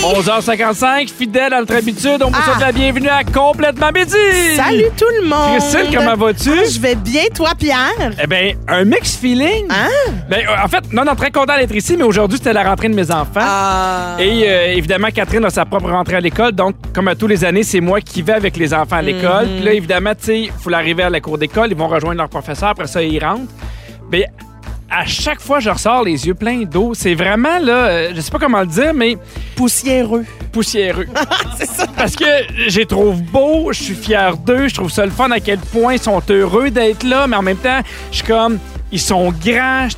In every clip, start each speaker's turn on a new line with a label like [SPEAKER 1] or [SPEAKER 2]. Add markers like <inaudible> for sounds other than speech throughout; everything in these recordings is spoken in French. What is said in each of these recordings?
[SPEAKER 1] 11h55, fidèle à notre habitude, on vous souhaite
[SPEAKER 2] Ah.
[SPEAKER 1] la bienvenue à Complètement Midi!
[SPEAKER 2] Salut tout le monde! Ah,
[SPEAKER 1] Christine, comment vas-tu?
[SPEAKER 2] Je vais bien, toi, Pierre?
[SPEAKER 1] Eh bien, un mix feeling.
[SPEAKER 2] Hein?
[SPEAKER 1] Ben, euh, en fait, non, non, très content d'être ici, mais aujourd'hui, c'était la rentrée de mes enfants.
[SPEAKER 2] Ah.
[SPEAKER 1] Et euh, évidemment, Catherine a sa propre rentrée à l'école. Donc, comme à tous les années, c'est moi qui vais avec les enfants à l'école.
[SPEAKER 2] Mhm.
[SPEAKER 1] Puis là, évidemment, tu sais, il faut l'arriver à la cour d'école. Ils vont rejoindre leur professeur. Après ça, ils rentrent. Mais à chaque fois, je ressors les yeux pleins d'eau. C'est vraiment, là, euh, je sais pas comment le dire, mais
[SPEAKER 2] Poussiéreux.
[SPEAKER 1] poussiéreux.
[SPEAKER 2] C'est ça.
[SPEAKER 1] Parce que je les trouve beaux, je suis fier d'eux, je trouve ça le fun à quel point ils sont heureux d'être là, mais en même temps, je suis comme, ils sont grands, j'ai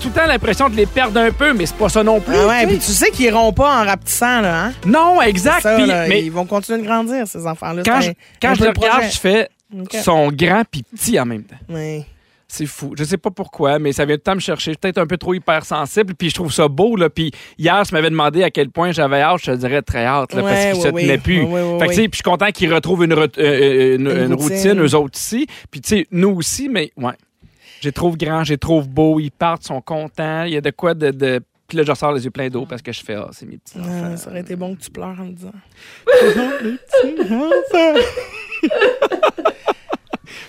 [SPEAKER 1] tout le temps l'impression de les perdre un peu, mais c'est pas ça non plus.
[SPEAKER 2] Ah ouais,
[SPEAKER 1] tu
[SPEAKER 2] puis
[SPEAKER 1] sais.
[SPEAKER 2] tu sais qu'ils iront pas en rapetissant, là, hein?
[SPEAKER 1] Non, exact.
[SPEAKER 2] Ça,
[SPEAKER 1] puis-
[SPEAKER 2] là,
[SPEAKER 1] mais
[SPEAKER 2] Ils vont continuer de grandir, ces enfants-là.
[SPEAKER 1] quand
[SPEAKER 2] C'est
[SPEAKER 1] je,
[SPEAKER 2] un-
[SPEAKER 1] quand
[SPEAKER 2] un
[SPEAKER 1] je
[SPEAKER 2] peu
[SPEAKER 1] le
[SPEAKER 2] le projet.
[SPEAKER 1] regarde, je fais,
[SPEAKER 2] Ok.
[SPEAKER 1] ils sont grands puis petits en même temps.
[SPEAKER 2] Oui.
[SPEAKER 1] C'est fou. Je sais pas pourquoi, mais ça vient tout le temps me chercher. Je suis Peut-être un peu trop hypersensible, puis je trouve ça beau. Là. Puis hier, je m'avais demandé à quel point j'avais hâte. Je te dirais très hâte, là, parce
[SPEAKER 2] Ouais,
[SPEAKER 1] qu'ils
[SPEAKER 2] ouais,
[SPEAKER 1] se
[SPEAKER 2] oui.
[SPEAKER 1] tenaient plus.
[SPEAKER 2] Ouais, ouais, ouais,
[SPEAKER 1] fait que, tu sais,
[SPEAKER 2] oui.
[SPEAKER 1] puis je suis content qu'ils retrouvent une, rut- euh, euh, une, une routine.
[SPEAKER 2] routine,
[SPEAKER 1] eux autres ici. Puis tu sais, nous aussi, mais ouais. Je les trouve grands, je les trouve beaux, ils partent, ils sont contents. Il y a de quoi de... de- Puis là, je ressors les yeux pleins d'eau parce que je fais « Ah, c'est mes petits enfants.
[SPEAKER 2] Ah, ça aurait été bon que tu pleures en
[SPEAKER 1] <laughs>
[SPEAKER 2] le disant.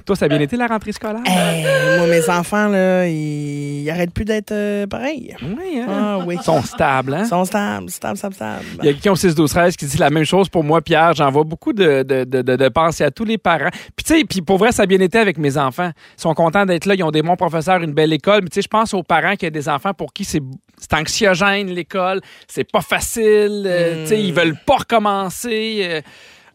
[SPEAKER 1] Toi, ça a bien été la rentrée scolaire?
[SPEAKER 2] Euh, Hey, moi, mes enfants, là, ils, ils arrêtent plus d'être euh, pareils.
[SPEAKER 1] Oui, hein?
[SPEAKER 2] Ah oui.
[SPEAKER 1] Ils sont stables, hein?
[SPEAKER 2] Ils sont stables, stables, stables, stables.
[SPEAKER 1] Il y a quelqu'un au 6 12 13 qui dit la même chose pour moi, Pierre. J'envoie beaucoup de, de, de, de- de pensées à tous les parents. Puis, tu sais, puis pour vrai, ça a bien été avec mes enfants. Ils sont contents d'être là. Ils ont des bons professeurs, une belle école. Mais, tu sais, je pense aux parents qui ont des enfants pour qui c'est c'est anxiogène, l'école. C'est pas facile. euh, Tu sais, ils veulent pas recommencer. euh.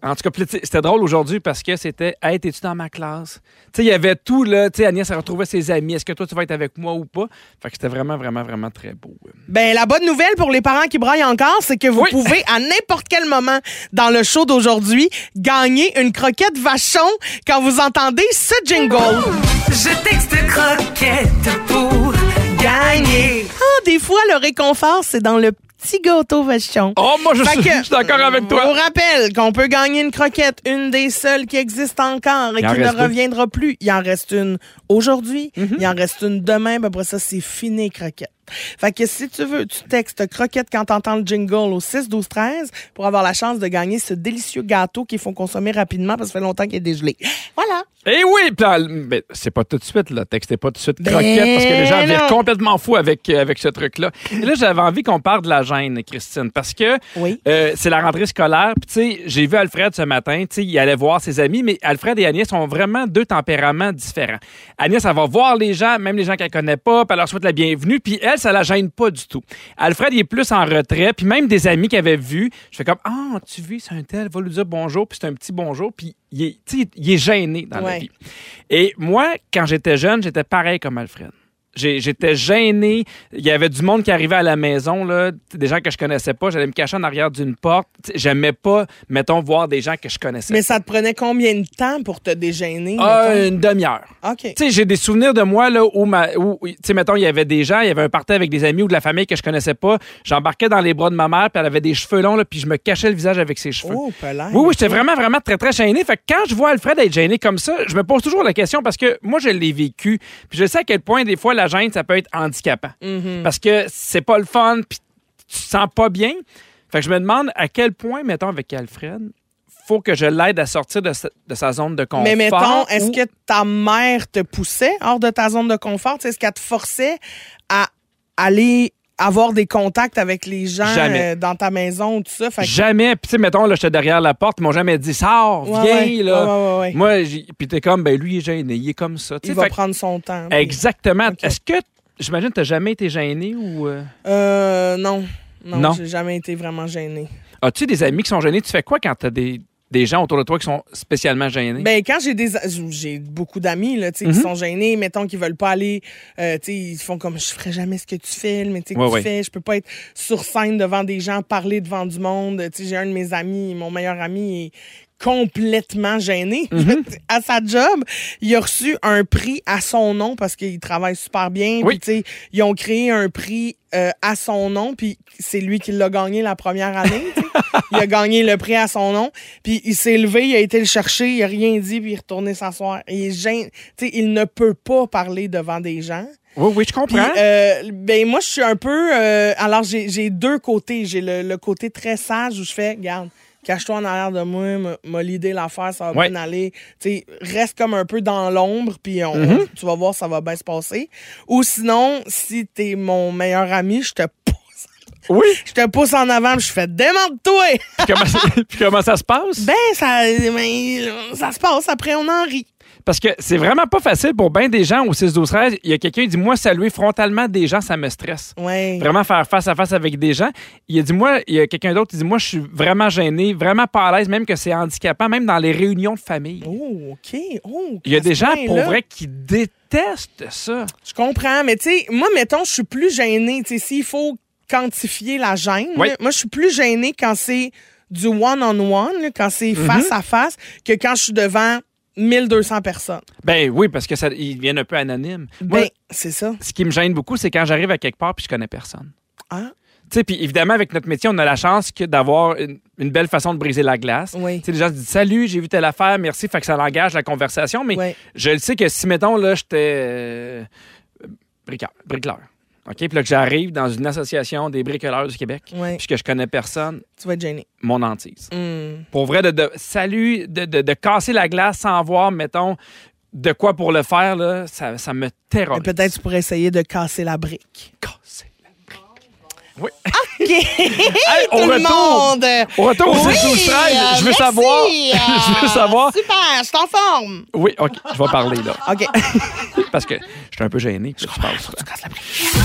[SPEAKER 1] en tout cas, puis, tu sais, c'était drôle aujourd'hui parce que c'était Hey, t'es-tu dans ma classe? Tu sais, il y avait tout, là. Tu sais, Agnès, elle retrouvait ses amis. Est-ce que toi, tu vas être avec moi ou pas? Fait que c'était vraiment, vraiment, vraiment très beau.
[SPEAKER 2] Ben, la bonne nouvelle pour les parents qui braillent encore, c'est que vous
[SPEAKER 1] Oui.
[SPEAKER 2] pouvez, à n'importe quel moment dans le show d'aujourd'hui, gagner une croquette vachon quand vous entendez ce jingle.
[SPEAKER 3] Je texte croquette pour gagner.
[SPEAKER 2] Ah, des fois, le réconfort, c'est dans le petit gâteau vachon.
[SPEAKER 1] Oh, moi, je
[SPEAKER 2] Fait
[SPEAKER 1] suis,
[SPEAKER 2] que-
[SPEAKER 1] <laughs> je suis d'accord avec toi.
[SPEAKER 2] On rappelle qu'on peut gagner une croquette, une des seules qui existe encore et
[SPEAKER 1] Il en
[SPEAKER 2] qui ne
[SPEAKER 1] reste deux. Mhm.
[SPEAKER 2] reviendra plus. Il en reste une aujourd'hui, il en reste une demain, puis après ça, c'est fini, croquette. Fait que si tu veux, tu textes croquette quand t'entends le jingle au 6, 12, 13 pour avoir la chance de gagner ce délicieux gâteau qu'ils font consommer rapidement parce que ça fait longtemps qu'il est dégelé. Voilà.
[SPEAKER 1] Eh oui, puis en- mais c'est pas tout de suite, là. Textez pas tout de suite
[SPEAKER 2] Ben
[SPEAKER 1] croquette parce que les gens virent
[SPEAKER 2] non.
[SPEAKER 1] complètement fous avec, euh, avec ce truc-là. Et là, j'avais envie qu'on parle de la gêne, Christine, parce que
[SPEAKER 2] Oui.
[SPEAKER 1] euh, c'est la rentrée scolaire. Puis, tu sais, j'ai vu Alfred ce matin. Tu sais, il allait voir ses amis, mais Alfred et Agnès ont vraiment deux tempéraments différents. Agnès, elle va voir les gens, même les gens qu'elle connaît pas, puis elle leur souhaite la bienvenue. Puis elle, ça la gêne pas du tout. Alfred, il est plus en retrait. Puis même des amis qu'il avait vus, je fais comme Ah, tu vis, c'est un tel, va lui dire bonjour. Puis c'est un petit bonjour. Puis il est, tu sais, il est gêné dans la
[SPEAKER 2] Ouais.
[SPEAKER 1] vie. Et moi, quand j'étais jeune, j'étais pareil comme Alfred. J'ai- J'étais gêné. Il y avait du monde qui arrivait à la maison, là, des gens que je connaissais pas. J'allais me cacher en arrière d'une porte. T'sais, J'aimais pas, mettons, voir des gens que je connaissais.
[SPEAKER 2] Mais ça te prenait combien de temps pour te dégêner?
[SPEAKER 1] Ah,
[SPEAKER 2] mettons?
[SPEAKER 1] une demi-heure.
[SPEAKER 2] OK.
[SPEAKER 1] Tu sais, j'ai des souvenirs de moi là où, ma, où tu sais, mettons, il y avait des gens, il y avait un party avec des amis ou de la famille que je connaissais pas. J'embarquais dans les bras de ma mère, puis elle avait des cheveux longs, là, puis je me cachais le visage avec ses cheveux.
[SPEAKER 2] Oh, pelin.
[SPEAKER 1] Oui, oui, j'étais vraiment, vraiment très, très gêné. Fait que quand je vois Alfred être gêné comme ça, je me pose toujours la question parce que moi, je l'ai vécu. Puis je sais à quel point, des fois, la gêne, ça peut être handicapant.
[SPEAKER 2] Mm-hmm.
[SPEAKER 1] Parce que c'est pas le fun, puis tu te sens pas bien. Fait que je me demande à quel point, mettons, avec Alfred, faut que je l'aide à sortir de sa, de sa zone de confort.
[SPEAKER 2] Mais mettons, est-ce
[SPEAKER 1] ou-
[SPEAKER 2] que ta mère te poussait hors de ta zone de confort? Tu sais, Est-ce qu'elle te forçait à aller avoir des contacts avec les gens
[SPEAKER 1] Jamais.
[SPEAKER 2] euh, dans ta maison, tout ça? Fait que-
[SPEAKER 1] Jamais. Puis, tu sais, mettons, là, j'étais derrière la porte, ils m'ont jamais dit, sors,
[SPEAKER 2] Ouais,
[SPEAKER 1] viens,
[SPEAKER 2] ouais.
[SPEAKER 1] là.
[SPEAKER 2] Ouais, ouais, ouais, ouais.
[SPEAKER 1] Moi, j'ai- puis t'es comme, ben, lui, il est gêné, il est comme ça. Tu
[SPEAKER 2] il
[SPEAKER 1] sais,
[SPEAKER 2] va
[SPEAKER 1] fait que-
[SPEAKER 2] prendre son temps. puis-
[SPEAKER 1] Exactement.
[SPEAKER 2] Ok.
[SPEAKER 1] Est-ce que, j'imagine, t'as jamais été gêné ou. euh,
[SPEAKER 2] Euh, non. Non,
[SPEAKER 1] Non.
[SPEAKER 2] j'ai jamais été vraiment gênée.
[SPEAKER 1] As-tu des amis qui sont gênés? Tu fais quoi quand t'as des, des gens autour de toi qui sont spécialement gênés?
[SPEAKER 2] Ben quand j'ai des j'ai beaucoup d'amis là, tu sais, qui
[SPEAKER 1] Mhm.
[SPEAKER 2] sont gênés, mettons qu'ils veulent pas aller, euh, tu sais, ils font comme je ferai jamais ce que tu fais, mais tu sais que
[SPEAKER 1] Ouais,
[SPEAKER 2] tu
[SPEAKER 1] ouais.
[SPEAKER 2] fais, je peux pas être sur scène devant des gens, parler devant du monde. Tu sais, j'ai un de mes amis, mon meilleur ami est complètement gêné <laughs>
[SPEAKER 1] Mhm.
[SPEAKER 2] à sa job. Il a reçu un prix à son nom parce qu'il travaille super bien.
[SPEAKER 1] Oui.
[SPEAKER 2] Puis, tu sais, ils ont créé un prix euh, à son nom, puis c'est lui qui l'a gagné la première année. tu sais. il a gagné le prix à son nom, puis il s'est levé, il a été le chercher, il a rien dit, puis il est retourné s'asseoir. Il est gêné. Tu sais, il ne peut pas parler devant des gens.
[SPEAKER 1] Oui, oui, je comprends.
[SPEAKER 2] Puis, euh, ben moi, je suis un peu. euh, alors, j'ai j'ai deux côtés. J'ai le, le côté très sage où je fais, garde, cache-toi en arrière de moi, m'a- m'a l'idée l'affaire, ça va
[SPEAKER 1] Ouais.
[SPEAKER 2] bien aller. Tu sais, reste comme un peu dans l'ombre, puis on,
[SPEAKER 1] Mm-hmm.
[SPEAKER 2] tu vas voir, ça va bien se passer. Ou sinon, si t'es mon meilleur ami, je te pousse,
[SPEAKER 1] oui.
[SPEAKER 2] je te pousse en avant, puis je fais, demande-toi.
[SPEAKER 1] Puis comment, ça- <laughs> puis comment ça se passe?
[SPEAKER 2] Ben, ça, ben, ça se passe. Après, on en rit.
[SPEAKER 1] Parce que c'est vraiment pas facile pour bien des gens au 6-12-13. Il y a quelqu'un qui dit Moi, saluer frontalement des gens, ça me stresse.
[SPEAKER 2] Ouais.
[SPEAKER 1] Vraiment faire face à face avec des gens. Il a dit Moi, il y a quelqu'un d'autre qui dit Moi, je suis vraiment gêné, vraiment pas à l'aise, même que c'est handicapant, même dans les réunions de famille.
[SPEAKER 2] Oh, OK. Oh,
[SPEAKER 1] Il y a
[SPEAKER 2] à ce
[SPEAKER 1] des gens, pour
[SPEAKER 2] point-là.
[SPEAKER 1] vrai, qui détestent ça.
[SPEAKER 2] Je comprends, mais tu sais, moi, mettons, je suis plus gênée. Tu sais, s'il faut quantifier la gêne,
[SPEAKER 1] Oui.
[SPEAKER 2] là, moi, je suis plus gênée quand c'est du one-on-one, là, quand c'est
[SPEAKER 1] Mhm.
[SPEAKER 2] face à face, que quand je suis devant 1200 personnes.
[SPEAKER 1] Ben oui, parce que ça, ils deviennent un peu anonymes. Moi,
[SPEAKER 2] Ben, c'est ça.
[SPEAKER 1] ce qui me gêne beaucoup, c'est quand j'arrive à quelque part puis je connais personne.
[SPEAKER 2] Hein?
[SPEAKER 1] Tu sais, puis évidemment, avec notre métier, on a la chance que d'avoir une, une belle façon de briser la glace.
[SPEAKER 2] Oui.
[SPEAKER 1] Tu sais, les gens se disent Salut, j'ai vu telle affaire, merci, fait que ça engage la conversation. Mais
[SPEAKER 2] Ouais.
[SPEAKER 1] je le sais que si, mettons, là, j'étais euh, bricoleur, bricoleur, OK, puis là, que j'arrive dans une association des bricoleurs du Québec,
[SPEAKER 2] Ouais.
[SPEAKER 1] puis que je connais personne,
[SPEAKER 2] Tu vas être gênée.
[SPEAKER 1] mon hantise.
[SPEAKER 2] Hmm.
[SPEAKER 1] Pour vrai, de, de- salut, de, de- de casser la glace sans voir, mettons, de quoi pour le faire, là, ça, ça me
[SPEAKER 2] Mais
[SPEAKER 1] terrorise.
[SPEAKER 2] Peut-être tu pourrais essayer de casser la brique.
[SPEAKER 1] casser la brique. Oui.
[SPEAKER 2] Ah,
[SPEAKER 1] <laughs>
[SPEAKER 2] OK.
[SPEAKER 1] Hey,
[SPEAKER 2] Tout
[SPEAKER 1] on
[SPEAKER 2] le
[SPEAKER 1] retourne.
[SPEAKER 2] monde!
[SPEAKER 1] On retourne au
[SPEAKER 2] Oui,
[SPEAKER 1] 6 12 13.
[SPEAKER 2] euh,
[SPEAKER 1] Je veux
[SPEAKER 2] merci.
[SPEAKER 1] savoir. <laughs>
[SPEAKER 2] Ah,
[SPEAKER 1] Je veux savoir.
[SPEAKER 2] Super, je suis en forme.
[SPEAKER 1] Oui, OK, je vais parler, là.
[SPEAKER 2] OK.
[SPEAKER 1] <laughs> Parce que je suis un peu gêné. puis là, Je parle souvent.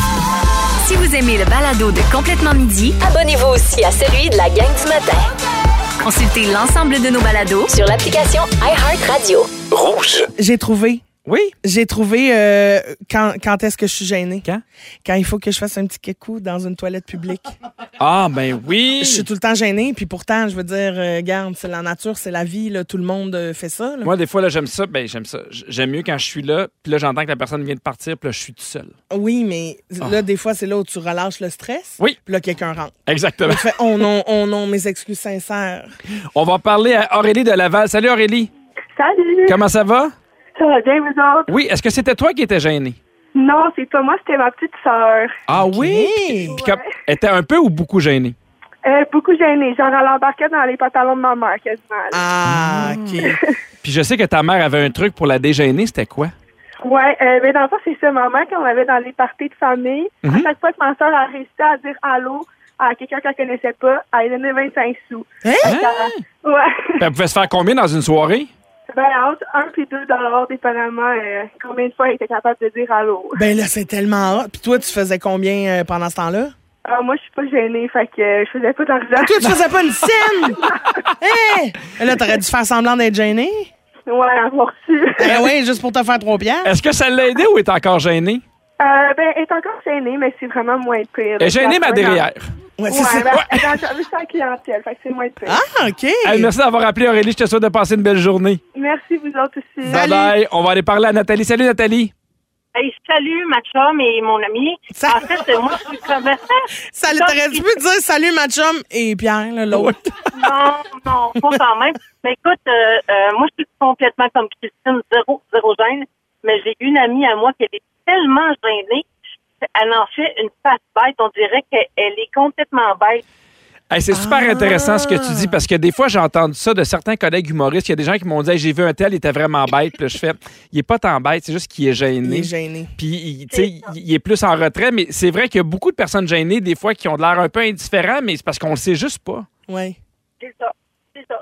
[SPEAKER 4] Si vous aimez le balado de Complètement Midi,
[SPEAKER 5] Abonnez-vous aussi à celui de la gang du matin
[SPEAKER 4] consultez l'ensemble de nos balados
[SPEAKER 5] sur l'application iHeartRadio.
[SPEAKER 2] J'ai trouvé.
[SPEAKER 1] Oui.
[SPEAKER 2] J'ai trouvé euh, quand, quand est-ce que je suis gênée.
[SPEAKER 1] Quand?
[SPEAKER 2] Quand il faut que je fasse un petit kékou dans une toilette publique.
[SPEAKER 1] Ah, ben oui.
[SPEAKER 2] Je suis tout le temps gênée, puis pourtant, je veux dire, euh, garde, c'est la nature, c'est la vie, là, tout le monde euh, fait ça. là.
[SPEAKER 1] Moi, des fois, là, j'aime ça. Ben, j'aime ça. J- J'aime mieux quand je suis là, puis là, j'entends que la personne vient de partir, puis là, je suis tout seul.
[SPEAKER 2] Oui, mais là, des fois, c'est là où tu relâches le stress.
[SPEAKER 1] Oui.
[SPEAKER 2] Puis là, quelqu'un rentre.
[SPEAKER 1] Exactement.
[SPEAKER 2] Tu fais, oh non, oh non, mes excuses sincères.
[SPEAKER 1] On va parler à Aurélie de Laval. Salut, Aurélie.
[SPEAKER 6] Salut!
[SPEAKER 1] Comment ça va?
[SPEAKER 6] Ça va bien, vous autres?
[SPEAKER 1] Oui, est-ce que c'était toi qui étais gênée?
[SPEAKER 6] Non, c'est pas moi, c'était ma petite sœur.
[SPEAKER 1] Ah oui? Puis comme- elle était un peu ou beaucoup gênée?
[SPEAKER 6] Euh, beaucoup gênée. Genre, elle embarquait dans les pantalons de ma mère, quasiment. là.
[SPEAKER 2] Ah, OK.
[SPEAKER 1] Puis je sais que ta mère avait un truc pour la dégêner, c'était quoi?
[SPEAKER 6] Ouais, euh, mais dans le fond, c'est ça, maman, quand on avait dans les parties de famille,
[SPEAKER 1] Mhm.
[SPEAKER 6] à chaque fois que ma sœur a réussi à dire allô à quelqu'un qu'elle connaissait pas, elle lui donnait 25 sous.
[SPEAKER 1] Hein?
[SPEAKER 6] Ouais. <laughs>
[SPEAKER 1] Puis elle pouvait se faire combien dans une soirée?
[SPEAKER 6] ben, entre 1 puis 2 dollars, dépendamment euh, combien de fois elle était capable de dire allô.
[SPEAKER 2] ben là, c'est tellement hot. Puis toi, tu faisais combien euh, pendant ce temps-là?
[SPEAKER 6] Alors, moi, je suis pas gênée, fait que euh, je faisais pas
[SPEAKER 2] Toi,
[SPEAKER 6] d'argent.
[SPEAKER 2] tu faisais pas une scène! Hé! Là, t'aurais dû faire semblant d'être gênée.
[SPEAKER 6] <laughs> Ouais, avoir
[SPEAKER 1] <laughs>
[SPEAKER 6] su.
[SPEAKER 2] Ben oui, juste pour te faire trois piastres.
[SPEAKER 1] Est-ce que ça l'a aidé ou est encore gênée?
[SPEAKER 6] Euh, ben, elle est encore gênée, mais c'est vraiment moins pire.
[SPEAKER 1] Elle est gênée, ma derrière.
[SPEAKER 2] Ouais, c'est ça.
[SPEAKER 6] Ouais, ben, attends, j'avais ça en clientèle, fait que c'est moins de pire.
[SPEAKER 2] Ah, OK.
[SPEAKER 1] Hey, merci d'avoir appelé Aurélie, je te souhaite de passer une belle journée.
[SPEAKER 6] Merci, vous autres aussi.
[SPEAKER 1] Bye bye. On va aller parler à Nathalie. Salut Nathalie.
[SPEAKER 7] Hey, salut, ma chum et mon ami.
[SPEAKER 2] Ça-
[SPEAKER 7] En fait, euh, moi, je suis comme...
[SPEAKER 2] Ça t'aurais dû dire salut, ma chum, et Pierre, là, l'autre.
[SPEAKER 7] non, non, pas quand même. Mais écoute, euh, euh, moi, je suis complètement comme Christine, zéro, zéro gêne. Mais j'ai une amie à moi qui elle est tellement gênée, elle en fait une face bête. On dirait qu'elle elle est complètement bête.
[SPEAKER 1] Hey, c'est super intéressant ce que tu dis parce que des fois, j'ai entendu ça de certains collègues humoristes. Il y a des gens qui m'ont dit Hey, J'ai vu un tel, il était vraiment bête. Puis là, je fais Il est pas tant bête, c'est juste qu'il est
[SPEAKER 2] Il
[SPEAKER 1] gêné.
[SPEAKER 2] est gêné.
[SPEAKER 1] Puis, il- tu sais, il il est plus en retrait. Mais c'est vrai qu'il y a beaucoup de personnes gênées, des fois, qui ont de l'air un peu indifférents, mais c'est parce qu'on le sait juste pas.
[SPEAKER 2] Oui.
[SPEAKER 7] C'est ça, c'est ça.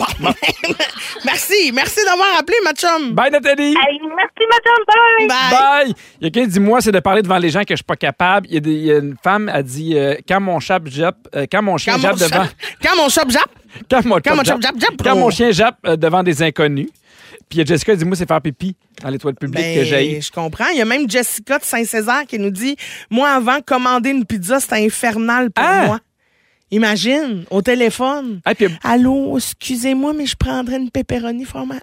[SPEAKER 2] <laughs> Merci, merci d'avoir appelé, ma chum.
[SPEAKER 1] Bye, Nathalie.
[SPEAKER 7] Hey, merci, ma chum, bye!
[SPEAKER 1] Bye! Il y a quelqu'un qui dit Moi, c'est de parler devant les gens que je suis pas capable. Il y a, des- il y a une femme, elle dit euh, Quand mon chat jappe, euh, quand mon chien
[SPEAKER 2] Quand mon,
[SPEAKER 1] jappe devant.
[SPEAKER 2] chap, quand mon chop jappe,
[SPEAKER 1] <laughs> Quand mon,
[SPEAKER 2] Quand mon
[SPEAKER 1] jappe-
[SPEAKER 2] chap jappe, jappe.
[SPEAKER 1] quand mon chien jappe euh, devant des inconnus. Puis il y a Jessica qui dit Moi, c'est faire pipi dans l'étoile publique que j'ai.
[SPEAKER 2] ben, je comprends. Il y a même Jessica de Saint-Césaire qui nous dit Moi, avant, commander une pizza, c'était infernal pour
[SPEAKER 1] Ah!
[SPEAKER 2] moi. Imagine, au téléphone.
[SPEAKER 1] Ah, puis il y a-
[SPEAKER 2] Allô, excusez-moi, mais je prendrais une pepperoni fromage.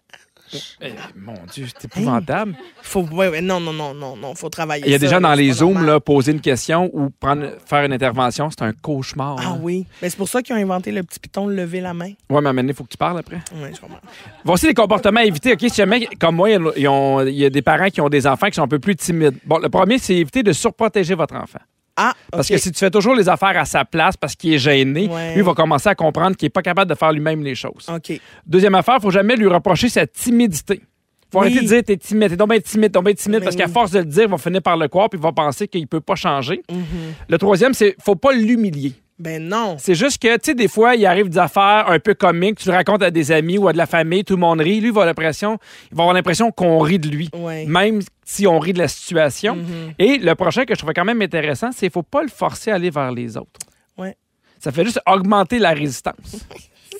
[SPEAKER 2] marche.
[SPEAKER 1] Eh, mon Dieu, c'est épouvantable.
[SPEAKER 2] Faut, ouais, ouais, non, non, non, non, non, faut travailler.
[SPEAKER 1] Il y a des
[SPEAKER 2] Ben, ça,
[SPEAKER 1] gens dans
[SPEAKER 2] là,
[SPEAKER 1] les
[SPEAKER 2] c'est pas
[SPEAKER 1] Zooms,
[SPEAKER 2] normal.
[SPEAKER 1] là, poser une question ou prendre, faire une intervention, c'est un cauchemar.
[SPEAKER 2] Ah oui. Mais c'est pour ça qu'ils ont inventé le petit piton de lever la main.
[SPEAKER 1] Oui, mais à un moment donné, il faut que tu parles après.
[SPEAKER 2] Ouais, je comprends.
[SPEAKER 1] Voici les comportements à éviter. OK, si jamais, comme moi, ils ont- il y a des parents qui ont des enfants qui sont un peu plus timides. Bon, le premier, c'est éviter de surprotéger votre enfant.
[SPEAKER 2] Ah,
[SPEAKER 1] Parce
[SPEAKER 2] ok.
[SPEAKER 1] que si tu fais toujours les affaires à sa place parce qu'il est gêné,
[SPEAKER 2] Ouais. Ah.
[SPEAKER 1] lui il va commencer à comprendre qu'il n'est pas capable de faire lui-même les choses.
[SPEAKER 2] OK.
[SPEAKER 1] Deuxième affaire, faut jamais lui reprocher sa timidité. Faut
[SPEAKER 2] Oui.
[SPEAKER 1] arrêter de dire t'es timide, t'es donc bien timide, donc bien timide,
[SPEAKER 2] Mais
[SPEAKER 1] parce qu'à
[SPEAKER 2] oui.
[SPEAKER 1] force de le dire, il va finir par le croire puis il va penser qu'il peut pas changer.
[SPEAKER 2] Mhm.
[SPEAKER 1] Le troisième, c'est faut pas l'humilier.
[SPEAKER 2] Ben non.
[SPEAKER 1] C'est juste que, tu sais, des fois, il arrive des affaires un peu comiques, tu le racontes à des amis ou à de la famille, tout le monde rit. Lui, il va, avoir l'impression- il va avoir l'impression qu'on rit de lui,
[SPEAKER 2] Ouais. Mm-hmm.
[SPEAKER 1] même si on rit de la situation. Et le prochain que je trouvais quand même intéressant, c'est faut pas le forcer à aller vers les autres.
[SPEAKER 2] Ouais.
[SPEAKER 1] Ça fait juste augmenter la résistance.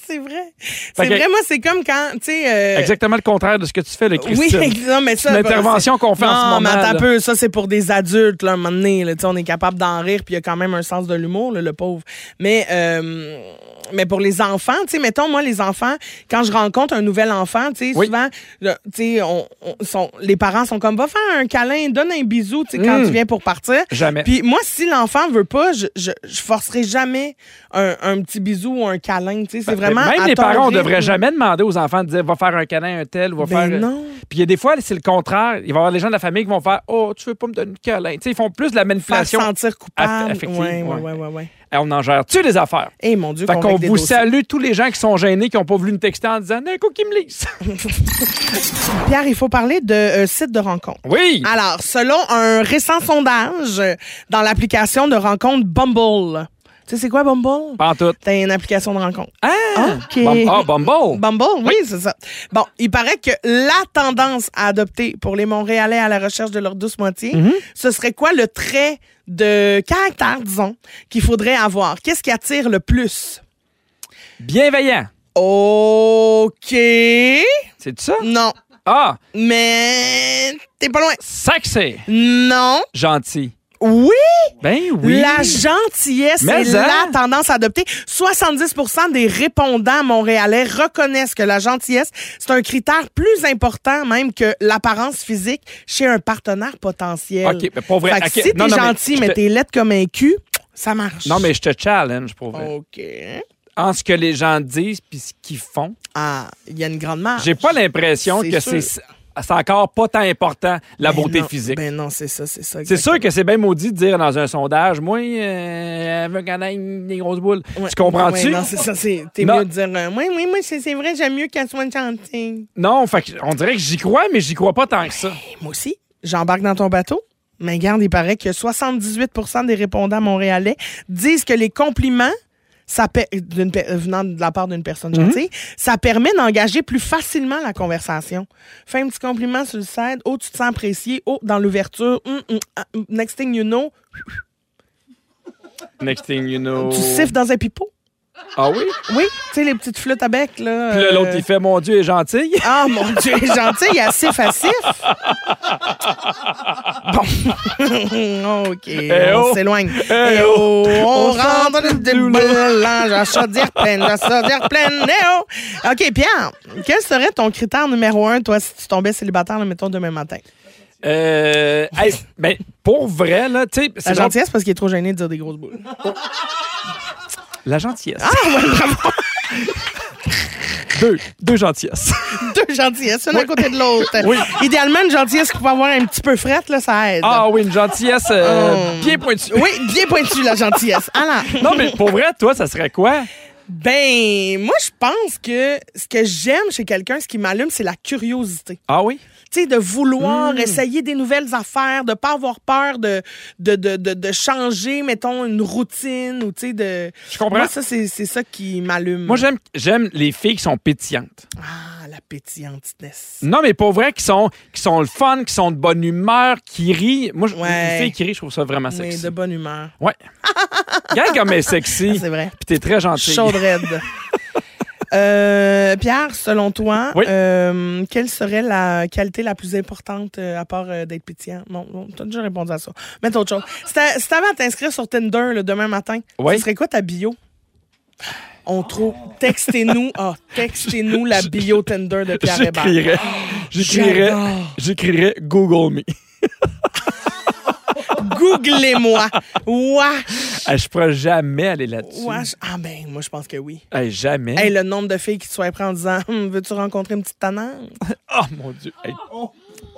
[SPEAKER 2] C'est vrai.
[SPEAKER 1] Fait
[SPEAKER 2] C'est
[SPEAKER 1] que-
[SPEAKER 2] vrai, moi, c'est comme quand, tu sais... <laughs> euh,
[SPEAKER 1] Exactement le contraire de ce que tu fais, le
[SPEAKER 2] Oui,
[SPEAKER 1] Christine.
[SPEAKER 2] non, mais ça... ben,
[SPEAKER 1] C'est une intervention qu'on fait en ce moment,
[SPEAKER 2] Non, mais attends
[SPEAKER 1] là.
[SPEAKER 2] un peu. Ça, c'est pour des adultes, là, à un moment donné. Là, Tu sais, on est capable d'en rire, puis il y a quand même un sens de l'humour, là, le pauvre. Mais... euh, mais pour les enfants, tu sais, mettons, moi, les enfants, quand je rencontre un nouvel enfant, tu sais,
[SPEAKER 1] Oui.
[SPEAKER 2] souvent, là, tu sais, on, on- sont, les parents sont comme, va faire un câlin, donne un bisou, tu sais, quand
[SPEAKER 1] Mm.
[SPEAKER 2] tu viens pour partir.
[SPEAKER 1] Jamais.
[SPEAKER 2] Puis moi, si l'enfant veut pas, je, je, je forcerai jamais un, un petit bisou ou un câlin, tu sais, c'est vraiment...
[SPEAKER 1] Ben, Même
[SPEAKER 2] à
[SPEAKER 1] les
[SPEAKER 2] ton
[SPEAKER 1] parents, on
[SPEAKER 2] rythme.
[SPEAKER 1] devrait jamais demander aux enfants de dire va faire un câlin un tel, va
[SPEAKER 2] Ben
[SPEAKER 1] faire. euh,
[SPEAKER 2] non.
[SPEAKER 1] Puis il y a des fois, c'est le contraire. Il va y avoir des gens de la famille qui vont faire oh tu veux pas me donner un câlin. Tu sais, ils font plus de la
[SPEAKER 2] Faire
[SPEAKER 1] manipulation.
[SPEAKER 2] sentir coupable.
[SPEAKER 1] affective,
[SPEAKER 2] ouais, ouais,
[SPEAKER 1] ouais.
[SPEAKER 2] ouais, ouais, ouais.
[SPEAKER 1] Eh, on en gère. Tu les affaires.
[SPEAKER 2] Eh mon Dieu,
[SPEAKER 1] Fait
[SPEAKER 2] qu'on
[SPEAKER 1] qu'on
[SPEAKER 2] règle des
[SPEAKER 1] vous
[SPEAKER 2] dossiers.
[SPEAKER 1] salue tous les gens qui sont gênés, qui n'ont pas voulu nous texter en disant D'un coup, qui me
[SPEAKER 2] <laughs>
[SPEAKER 1] lise.
[SPEAKER 2] Pierre, il faut parler de euh, sites de rencontres.
[SPEAKER 1] Oui.
[SPEAKER 2] Alors, selon un récent sondage euh, dans l'application de rencontre Bumble. Tu sais, c'est quoi Bumble?
[SPEAKER 1] Pas en tout.
[SPEAKER 2] T'as une application de rencontre.
[SPEAKER 1] Bah. Ah!
[SPEAKER 2] OK.
[SPEAKER 1] Bum- Ah, Bumble.
[SPEAKER 2] Bumble, oui, c'est ça. Bon, il paraît que la tendance à adopter pour les Montréalais à la recherche de leur douce moitié,
[SPEAKER 1] Mhm.
[SPEAKER 2] ce serait quoi le trait de caractère, disons, qu'il faudrait avoir? Qu'est-ce qui attire le plus?
[SPEAKER 1] Bienveillant.
[SPEAKER 2] OK.
[SPEAKER 1] C'est ça?
[SPEAKER 2] Non.
[SPEAKER 1] Ah!
[SPEAKER 2] Mais t'es pas loin.
[SPEAKER 1] Sexy.
[SPEAKER 2] Non.
[SPEAKER 1] Gentil.
[SPEAKER 2] Oui.
[SPEAKER 1] Ben oui.
[SPEAKER 2] La gentillesse
[SPEAKER 1] Mais hein?
[SPEAKER 2] est
[SPEAKER 1] ça.
[SPEAKER 2] la tendance à adopter. 70 des répondants montréalais reconnaissent que la gentillesse, c'est un critère plus important même que l'apparence physique chez un partenaire potentiel.
[SPEAKER 1] OK, mais pas vrai.
[SPEAKER 2] Fait que
[SPEAKER 1] OK,
[SPEAKER 2] si t'es
[SPEAKER 1] non, non, mais
[SPEAKER 2] gentil,
[SPEAKER 1] je
[SPEAKER 2] mais
[SPEAKER 1] te-
[SPEAKER 2] t'es laide comme un cul, ça marche.
[SPEAKER 1] Non, mais je te challenge pour vrai.
[SPEAKER 2] OK.
[SPEAKER 1] En ce que les gens disent puis ce qu'ils font,
[SPEAKER 2] Ah, il y a une grande marge.
[SPEAKER 1] j'ai pas l'impression
[SPEAKER 2] c'est
[SPEAKER 1] que c'est
[SPEAKER 2] sûr.
[SPEAKER 1] c'est encore pas tant important la
[SPEAKER 2] Ben
[SPEAKER 1] beauté
[SPEAKER 2] non,
[SPEAKER 1] physique.
[SPEAKER 2] Ben non, c'est ça, c'est
[SPEAKER 1] c'est
[SPEAKER 2] ça. exactement.
[SPEAKER 1] sûr que c'est bien maudit de dire dans un sondage, moi, euh, avec un câlin, des grosses boules.
[SPEAKER 2] Ouais.
[SPEAKER 1] Tu comprends-tu?
[SPEAKER 2] Ouais, non, c'est ça. c'est- T'es
[SPEAKER 1] Non.
[SPEAKER 2] mieux de dire euh, Oui, oui, moi, c'est c'est vrai, j'aime mieux qu'elle soit gentille.
[SPEAKER 1] Non, fait que on dirait que j'y crois, mais j'y crois pas tant que ça.
[SPEAKER 2] Et moi aussi, j'embarque dans ton bateau. Mais regarde, il paraît que 78 des répondants montréalais disent que les compliments ça per- d'une per- euh, venant de la part d'une personne
[SPEAKER 1] Mhm.
[SPEAKER 2] gentille, ça permet d'engager plus facilement la conversation. Fais un petit compliment sur le side. Oh, tu te sens apprécié. Oh, dans l'ouverture. Hum, hum, ah, hum. Next thing you know,
[SPEAKER 1] Next thing you know.
[SPEAKER 2] tu siffles dans un pipeau.
[SPEAKER 1] Ah oui?
[SPEAKER 2] Oui, tu sais, les petites flûtes à bec, là.
[SPEAKER 1] Puis là, l'autre,
[SPEAKER 2] euh,
[SPEAKER 1] il fait mon Dieu il est gentil.
[SPEAKER 2] Ah, mon Dieu, il est gentil, il est assez facile. Bon. <laughs> OK,
[SPEAKER 1] oh.
[SPEAKER 2] on s'éloigne.
[SPEAKER 1] Eh
[SPEAKER 2] Eh
[SPEAKER 1] oh.
[SPEAKER 2] oh, on
[SPEAKER 1] On
[SPEAKER 2] rentre
[SPEAKER 1] s'entre
[SPEAKER 2] de mélange à chaudière pleine, à chaudière pleine. Eh oh. OK, Pierre, quel serait ton critère numéro un, toi, si tu tombais célibataire, là, mettons, demain matin?
[SPEAKER 1] Euh, hey, ben, pour vrai, là, tu sais,
[SPEAKER 2] La
[SPEAKER 1] c'est gentil.
[SPEAKER 2] gentillesse, parce qu'il est trop gêné de dire des grosses boules. <laughs>
[SPEAKER 1] La gentillesse. Ah, ouais, deux. Deux gentillesses.
[SPEAKER 2] Deux gentillesses, une à côté de l'autre. Idéalement, une gentillesse qui peut avoir un petit peu frette, là, ça aide.
[SPEAKER 1] Ah oui, une gentillesse euh,
[SPEAKER 2] Hum.
[SPEAKER 1] bien pointue.
[SPEAKER 2] Oui, bien pointu, la gentillesse. Alors...
[SPEAKER 1] Non, mais pour vrai, toi, ça serait quoi?
[SPEAKER 2] Ben, moi, je pense que ce que j'aime chez quelqu'un, ce qui m'allume, c'est la curiosité.
[SPEAKER 1] Ah oui?
[SPEAKER 2] Tu sais, de
[SPEAKER 1] Mm.
[SPEAKER 2] vouloir essayer des nouvelles affaires, de pas avoir peur de, de, de, de, de changer, mettons, une routine ou, tu sais, de.
[SPEAKER 1] Je comprends.
[SPEAKER 2] Moi, ça, c'est c'est ça qui m'allume.
[SPEAKER 1] Moi, j'aime, j'aime les filles qui sont pétillantes.
[SPEAKER 2] Ah, la pétillantness.
[SPEAKER 1] Non, mais pour vrai, qui sont, qui sont le fun, qui sont de bonne humeur, qui rient. Moi, je-
[SPEAKER 2] Ouais.
[SPEAKER 1] les filles qui rient, je trouve ça vraiment
[SPEAKER 2] Oui,
[SPEAKER 1] sexy.
[SPEAKER 2] de bonne humeur. <laughs>
[SPEAKER 1] Ouais. Regarde comme elle est
[SPEAKER 2] Ah,
[SPEAKER 1] sexy.
[SPEAKER 2] C'est vrai.
[SPEAKER 1] Puis t'es très gentille.
[SPEAKER 2] Chaude raide. Ah, <laughs> Euh, Pierre, selon toi,
[SPEAKER 1] Oui.
[SPEAKER 2] euh, quelle serait la qualité la plus importante euh, à part euh, d'être pétillant? Bon, bon t'as déjà répondu à ça. Mais autre chose. Si t'a- si t'avais à t'inscrire sur Tinder le demain matin,
[SPEAKER 1] Oui.
[SPEAKER 2] ce serait quoi ta bio? On trouve. Textez-nous. Ah, textez-nous la bio Tinder de Pierre Hébert.
[SPEAKER 1] J'écrirais. J'écrirais,
[SPEAKER 2] Oh, J'adore.
[SPEAKER 1] j'écrirais Google Me. <laughs>
[SPEAKER 2] Googlez-moi. Ouah.
[SPEAKER 1] Ah, je pourrais jamais aller là-dessus.
[SPEAKER 2] Ouah. Ah ben, moi, je pense que oui.
[SPEAKER 1] Ah, jamais.
[SPEAKER 2] Hey, le nombre de filles qui se soient prêtes en disant Hum, Veux-tu rencontrer une petite tanante?
[SPEAKER 1] Oh mon Dieu. Hey,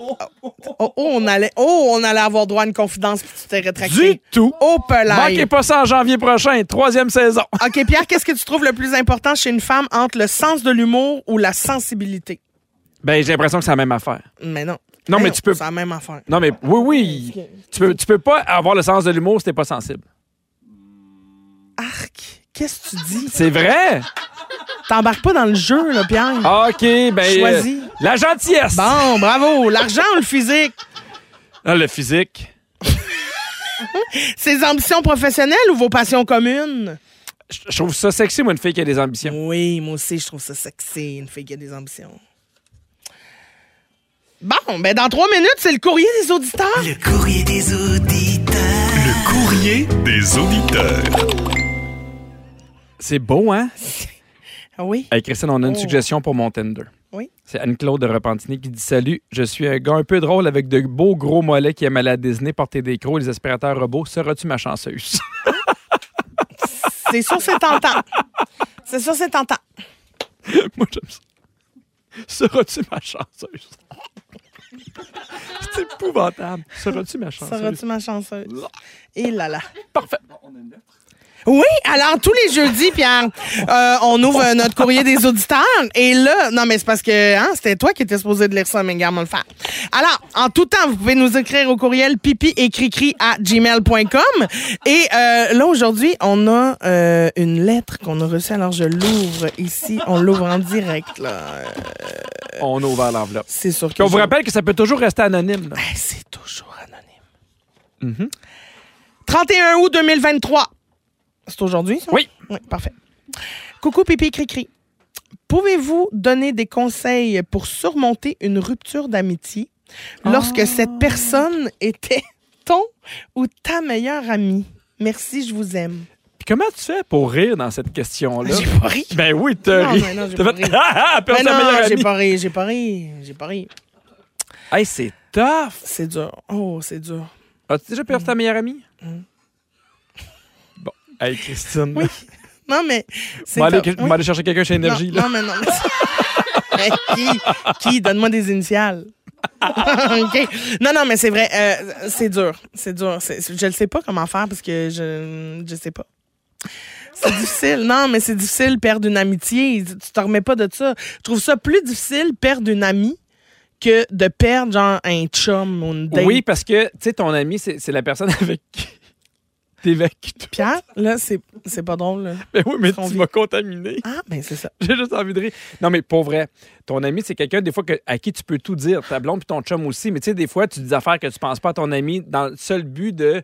[SPEAKER 2] Oh, oh, on allait, oh, on allait avoir droit à une confidence puis tu t'es rétracté.
[SPEAKER 1] du tout.
[SPEAKER 2] Oh, pelaille.
[SPEAKER 1] Manquez pas ça en janvier prochain, troisième saison. <laughs>
[SPEAKER 2] OK, Pierre, qu'est-ce que tu trouves le plus important chez une femme entre le sens de l'humour ou la sensibilité?
[SPEAKER 1] Ben, j'ai l'impression que c'est la même affaire.
[SPEAKER 2] Mais non.
[SPEAKER 1] Non, mais tu peux-
[SPEAKER 2] C'est la même affaire.
[SPEAKER 1] Non, mais oui, oui. Tu peux, tu peux pas avoir le sens de l'humour si t'es pas sensible.
[SPEAKER 2] Arc, qu'est-ce que tu dis?
[SPEAKER 1] C'est vrai?
[SPEAKER 2] T'embarques pas dans le jeu, là, Pierre.
[SPEAKER 1] OK, ben. euh,
[SPEAKER 2] Choisis.
[SPEAKER 1] la gentillesse.
[SPEAKER 2] Bon, bravo. L'argent ou le physique?
[SPEAKER 1] Ah, le physique.
[SPEAKER 2] Ses ambitions professionnelles ou vos passions communes?
[SPEAKER 1] Je je trouve ça sexy, moi, une fille qui a des ambitions.
[SPEAKER 2] Oui, moi aussi, je trouve ça sexy, une fille qui a des ambitions. Bon, ben dans trois minutes, c'est le courrier des auditeurs.
[SPEAKER 3] Le courrier des auditeurs.
[SPEAKER 8] Le courrier des auditeurs.
[SPEAKER 1] C'est beau, hein?
[SPEAKER 2] Ah oui?
[SPEAKER 1] Hey, Christine, on a une
[SPEAKER 2] Oh.
[SPEAKER 1] suggestion pour mon Tinder.
[SPEAKER 2] Oui.
[SPEAKER 1] C'est Anne-Claude de Repentigny qui dit Salut, je suis un gars un peu drôle avec de beaux gros mollets qui aime aller à Disney, porter des crocs et les aspirateurs robots. Seras-tu ma chanceuse? <laughs>
[SPEAKER 2] C'est sûr, c'est tentant. C'est sûr, c'est tentant.
[SPEAKER 1] Moi, j'aime ça. Seras-tu ma chanceuse? <laughs> c'est épouvantable. Seras-tu ma chanceuse?
[SPEAKER 2] Seras-tu ma chanceuse? Et là là.
[SPEAKER 1] Parfait.
[SPEAKER 2] Oui, alors tous les jeudis, Pierre, euh, on ouvre euh, notre courrier des auditeurs. Et là, non, mais c'est parce que hein, c'était toi qui étais supposé de lire ça, mais garde-moi le faire. Alors, en tout temps, vous pouvez nous écrire au courriel pipi et cricri à gmail.com. Et euh, là, aujourd'hui, on a euh, une lettre qu'on a reçue. Alors, je l'ouvre ici. On l'ouvre en direct, là. Euh,
[SPEAKER 1] On a ouvert l'enveloppe.
[SPEAKER 2] C'est sûr que.
[SPEAKER 1] Puis on vous
[SPEAKER 2] je-
[SPEAKER 1] rappelle que ça peut toujours rester anonyme. là.
[SPEAKER 2] Ben, c'est toujours anonyme.
[SPEAKER 1] Mm-hmm.
[SPEAKER 2] 31 août 2023. C'est aujourd'hui, ça?
[SPEAKER 1] Oui.
[SPEAKER 2] Oui, parfait. Coucou, pipi, cri-cri. Pouvez-vous donner des conseils pour surmonter une rupture d'amitié lorsque
[SPEAKER 1] Ah.
[SPEAKER 2] cette personne était ton ou ta meilleure amie? Merci, je vous aime.
[SPEAKER 1] Puis comment tu fais pour rire dans cette question-là?
[SPEAKER 2] J'ai pas ri.
[SPEAKER 1] Ben oui, t'as
[SPEAKER 2] Non,
[SPEAKER 1] ri.
[SPEAKER 2] mais non, j'ai
[SPEAKER 1] T'as
[SPEAKER 2] pas
[SPEAKER 1] fait,
[SPEAKER 2] ri.
[SPEAKER 1] <laughs> Ah, ah, perds
[SPEAKER 2] Mais
[SPEAKER 1] ta
[SPEAKER 2] non,
[SPEAKER 1] meilleure
[SPEAKER 2] j'ai
[SPEAKER 1] amie.
[SPEAKER 2] pas ri, j'ai pas ri, j'ai pas ri.
[SPEAKER 1] Hey, c'est tough.
[SPEAKER 2] C'est dur. Oh, c'est dur.
[SPEAKER 1] As-tu déjà perdu
[SPEAKER 2] Mm.
[SPEAKER 1] ta meilleure amie? Bon. Hey, Christine.
[SPEAKER 2] Oui, Non, mais c'est
[SPEAKER 1] Moi, aller,
[SPEAKER 2] top.
[SPEAKER 1] m'en aller chercher quelqu'un chez Énergie.
[SPEAKER 2] non,
[SPEAKER 1] là.
[SPEAKER 2] non, mais non. <laughs> mais- Hey, qui? Qui? Donne-moi des initiales. <laughs> OK. Non, non, mais c'est vrai. euh, c'est dur. C'est dur. C'est- je ne sais pas comment faire parce que je ne sais pas. C'est difficile. Non, mais c'est difficile perdre une amitié. Tu te remets pas de ça. Je trouve ça plus difficile perdre une amie que de perdre genre un chum ou une date.
[SPEAKER 1] Oui, parce que, tu sais, ton ami, c'est c'est la personne <laughs> avec qui t'évacues tout.
[SPEAKER 2] Pierre, là, c'est c'est pas drôle. là.
[SPEAKER 1] Ben oui, mais
[SPEAKER 2] Son
[SPEAKER 1] tu
[SPEAKER 2] vie.
[SPEAKER 1] m'as contaminé. <laughs>
[SPEAKER 2] Ah, ben c'est ça.
[SPEAKER 1] J'ai juste envie de rire. Non, mais pour vrai, ton ami, c'est quelqu'un, des fois, que- à qui tu peux tout dire, ta blonde puis ton chum aussi. Mais tu sais, des fois, tu dis des affaires que tu penses pas à ton ami dans le seul but de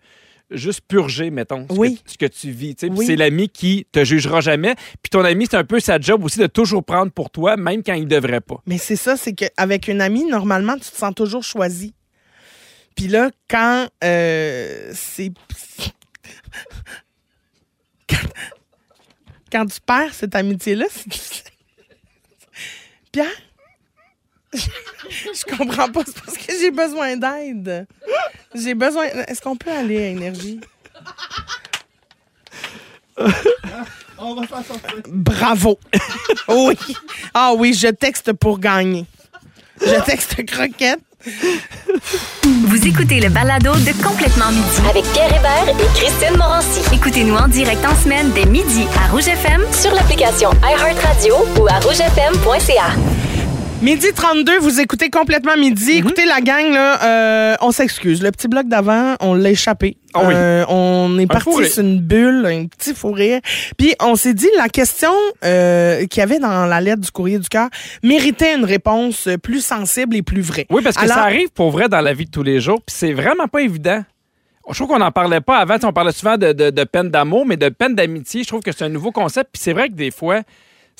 [SPEAKER 1] juste purger, mettons, ce,
[SPEAKER 2] Oui.
[SPEAKER 1] que, ce que tu vis. tu sais. Puis
[SPEAKER 2] Oui.
[SPEAKER 1] c'est l'ami qui te jugera jamais. Puis ton ami, c'est un peu sa job aussi de toujours prendre pour toi, même quand il devrait pas.
[SPEAKER 2] Mais c'est ça, c'est qu'avec une amie, normalement, tu te sens toujours choisi. Puis là, quand euh, c'est. <laughs> Quand- quand tu perds cette amitié-là, c'est. Pierre? Je comprends pas, c'est parce que j'ai besoin d'aide. J'ai besoin. Est-ce qu'on peut aller à Énergie? Bravo! Oui. Ah oui, je texte pour gagner. Je texte croquette.
[SPEAKER 4] Vous écoutez le balado de Complètement Midi.
[SPEAKER 5] Avec Pierre Hébert et Christine Morancy.
[SPEAKER 4] Écoutez-nous en direct en semaine dès midi à Rouge FM.
[SPEAKER 5] Sur l'application iHeartRadio ou à rougefm.ca.
[SPEAKER 2] Midi 32, vous écoutez complètement midi.
[SPEAKER 1] Mhm.
[SPEAKER 2] Écoutez la gang, là, euh, on s'excuse. Le petit bloc d'avant, on l'a échappé.
[SPEAKER 1] Ah oui.
[SPEAKER 2] Euh, on est
[SPEAKER 1] fourré.
[SPEAKER 2] parti sur une bulle, un petit fou rire. Puis on s'est dit, la question euh, qu'il y avait dans la lettre du courrier du cœur méritait une réponse plus sensible et plus vraie.
[SPEAKER 1] Oui, parce que
[SPEAKER 2] Alors-
[SPEAKER 1] ça arrive pour vrai dans la vie de tous les jours, puis c'est vraiment pas évident. Je trouve qu'on n'en parlait pas avant. Tu sais, On parlait souvent de, de- de peine d'amour, mais de peine d'amitié, je trouve que c'est un nouveau concept. Puis c'est vrai que des fois,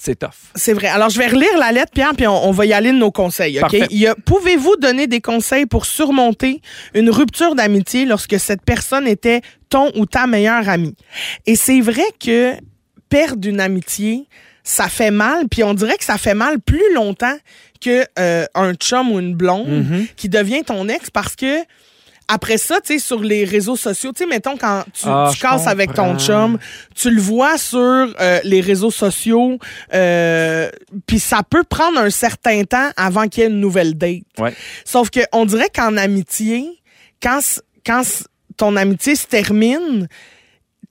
[SPEAKER 1] c'est tough.
[SPEAKER 2] C'est vrai. Alors, je vais relire la lettre, Pierre, puis on, on va y aller de nos conseils. OK?
[SPEAKER 1] Parfait.
[SPEAKER 2] Il y a, pouvez-vous donner des conseils pour surmonter une rupture d'amitié lorsque cette personne était ton ou ta meilleure amie? Et c'est vrai que perdre une amitié, ça fait mal, puis on dirait que ça fait mal plus longtemps que euh, un chum ou une blonde
[SPEAKER 1] Mm-hmm.
[SPEAKER 2] qui devient ton ex parce que après ça, tu sais, sur les réseaux sociaux, tu sais, mettons, quand tu,
[SPEAKER 1] Ah,
[SPEAKER 2] tu
[SPEAKER 1] je
[SPEAKER 2] casses avec ton
[SPEAKER 1] comprends.
[SPEAKER 2] chum, tu le vois sur euh, les réseaux sociaux, euh, puis ça peut prendre un certain temps avant qu'il y ait une nouvelle date.
[SPEAKER 1] Ouais.
[SPEAKER 2] Sauf que on dirait qu'en amitié, quand, c- quand c- ton amitié se termine,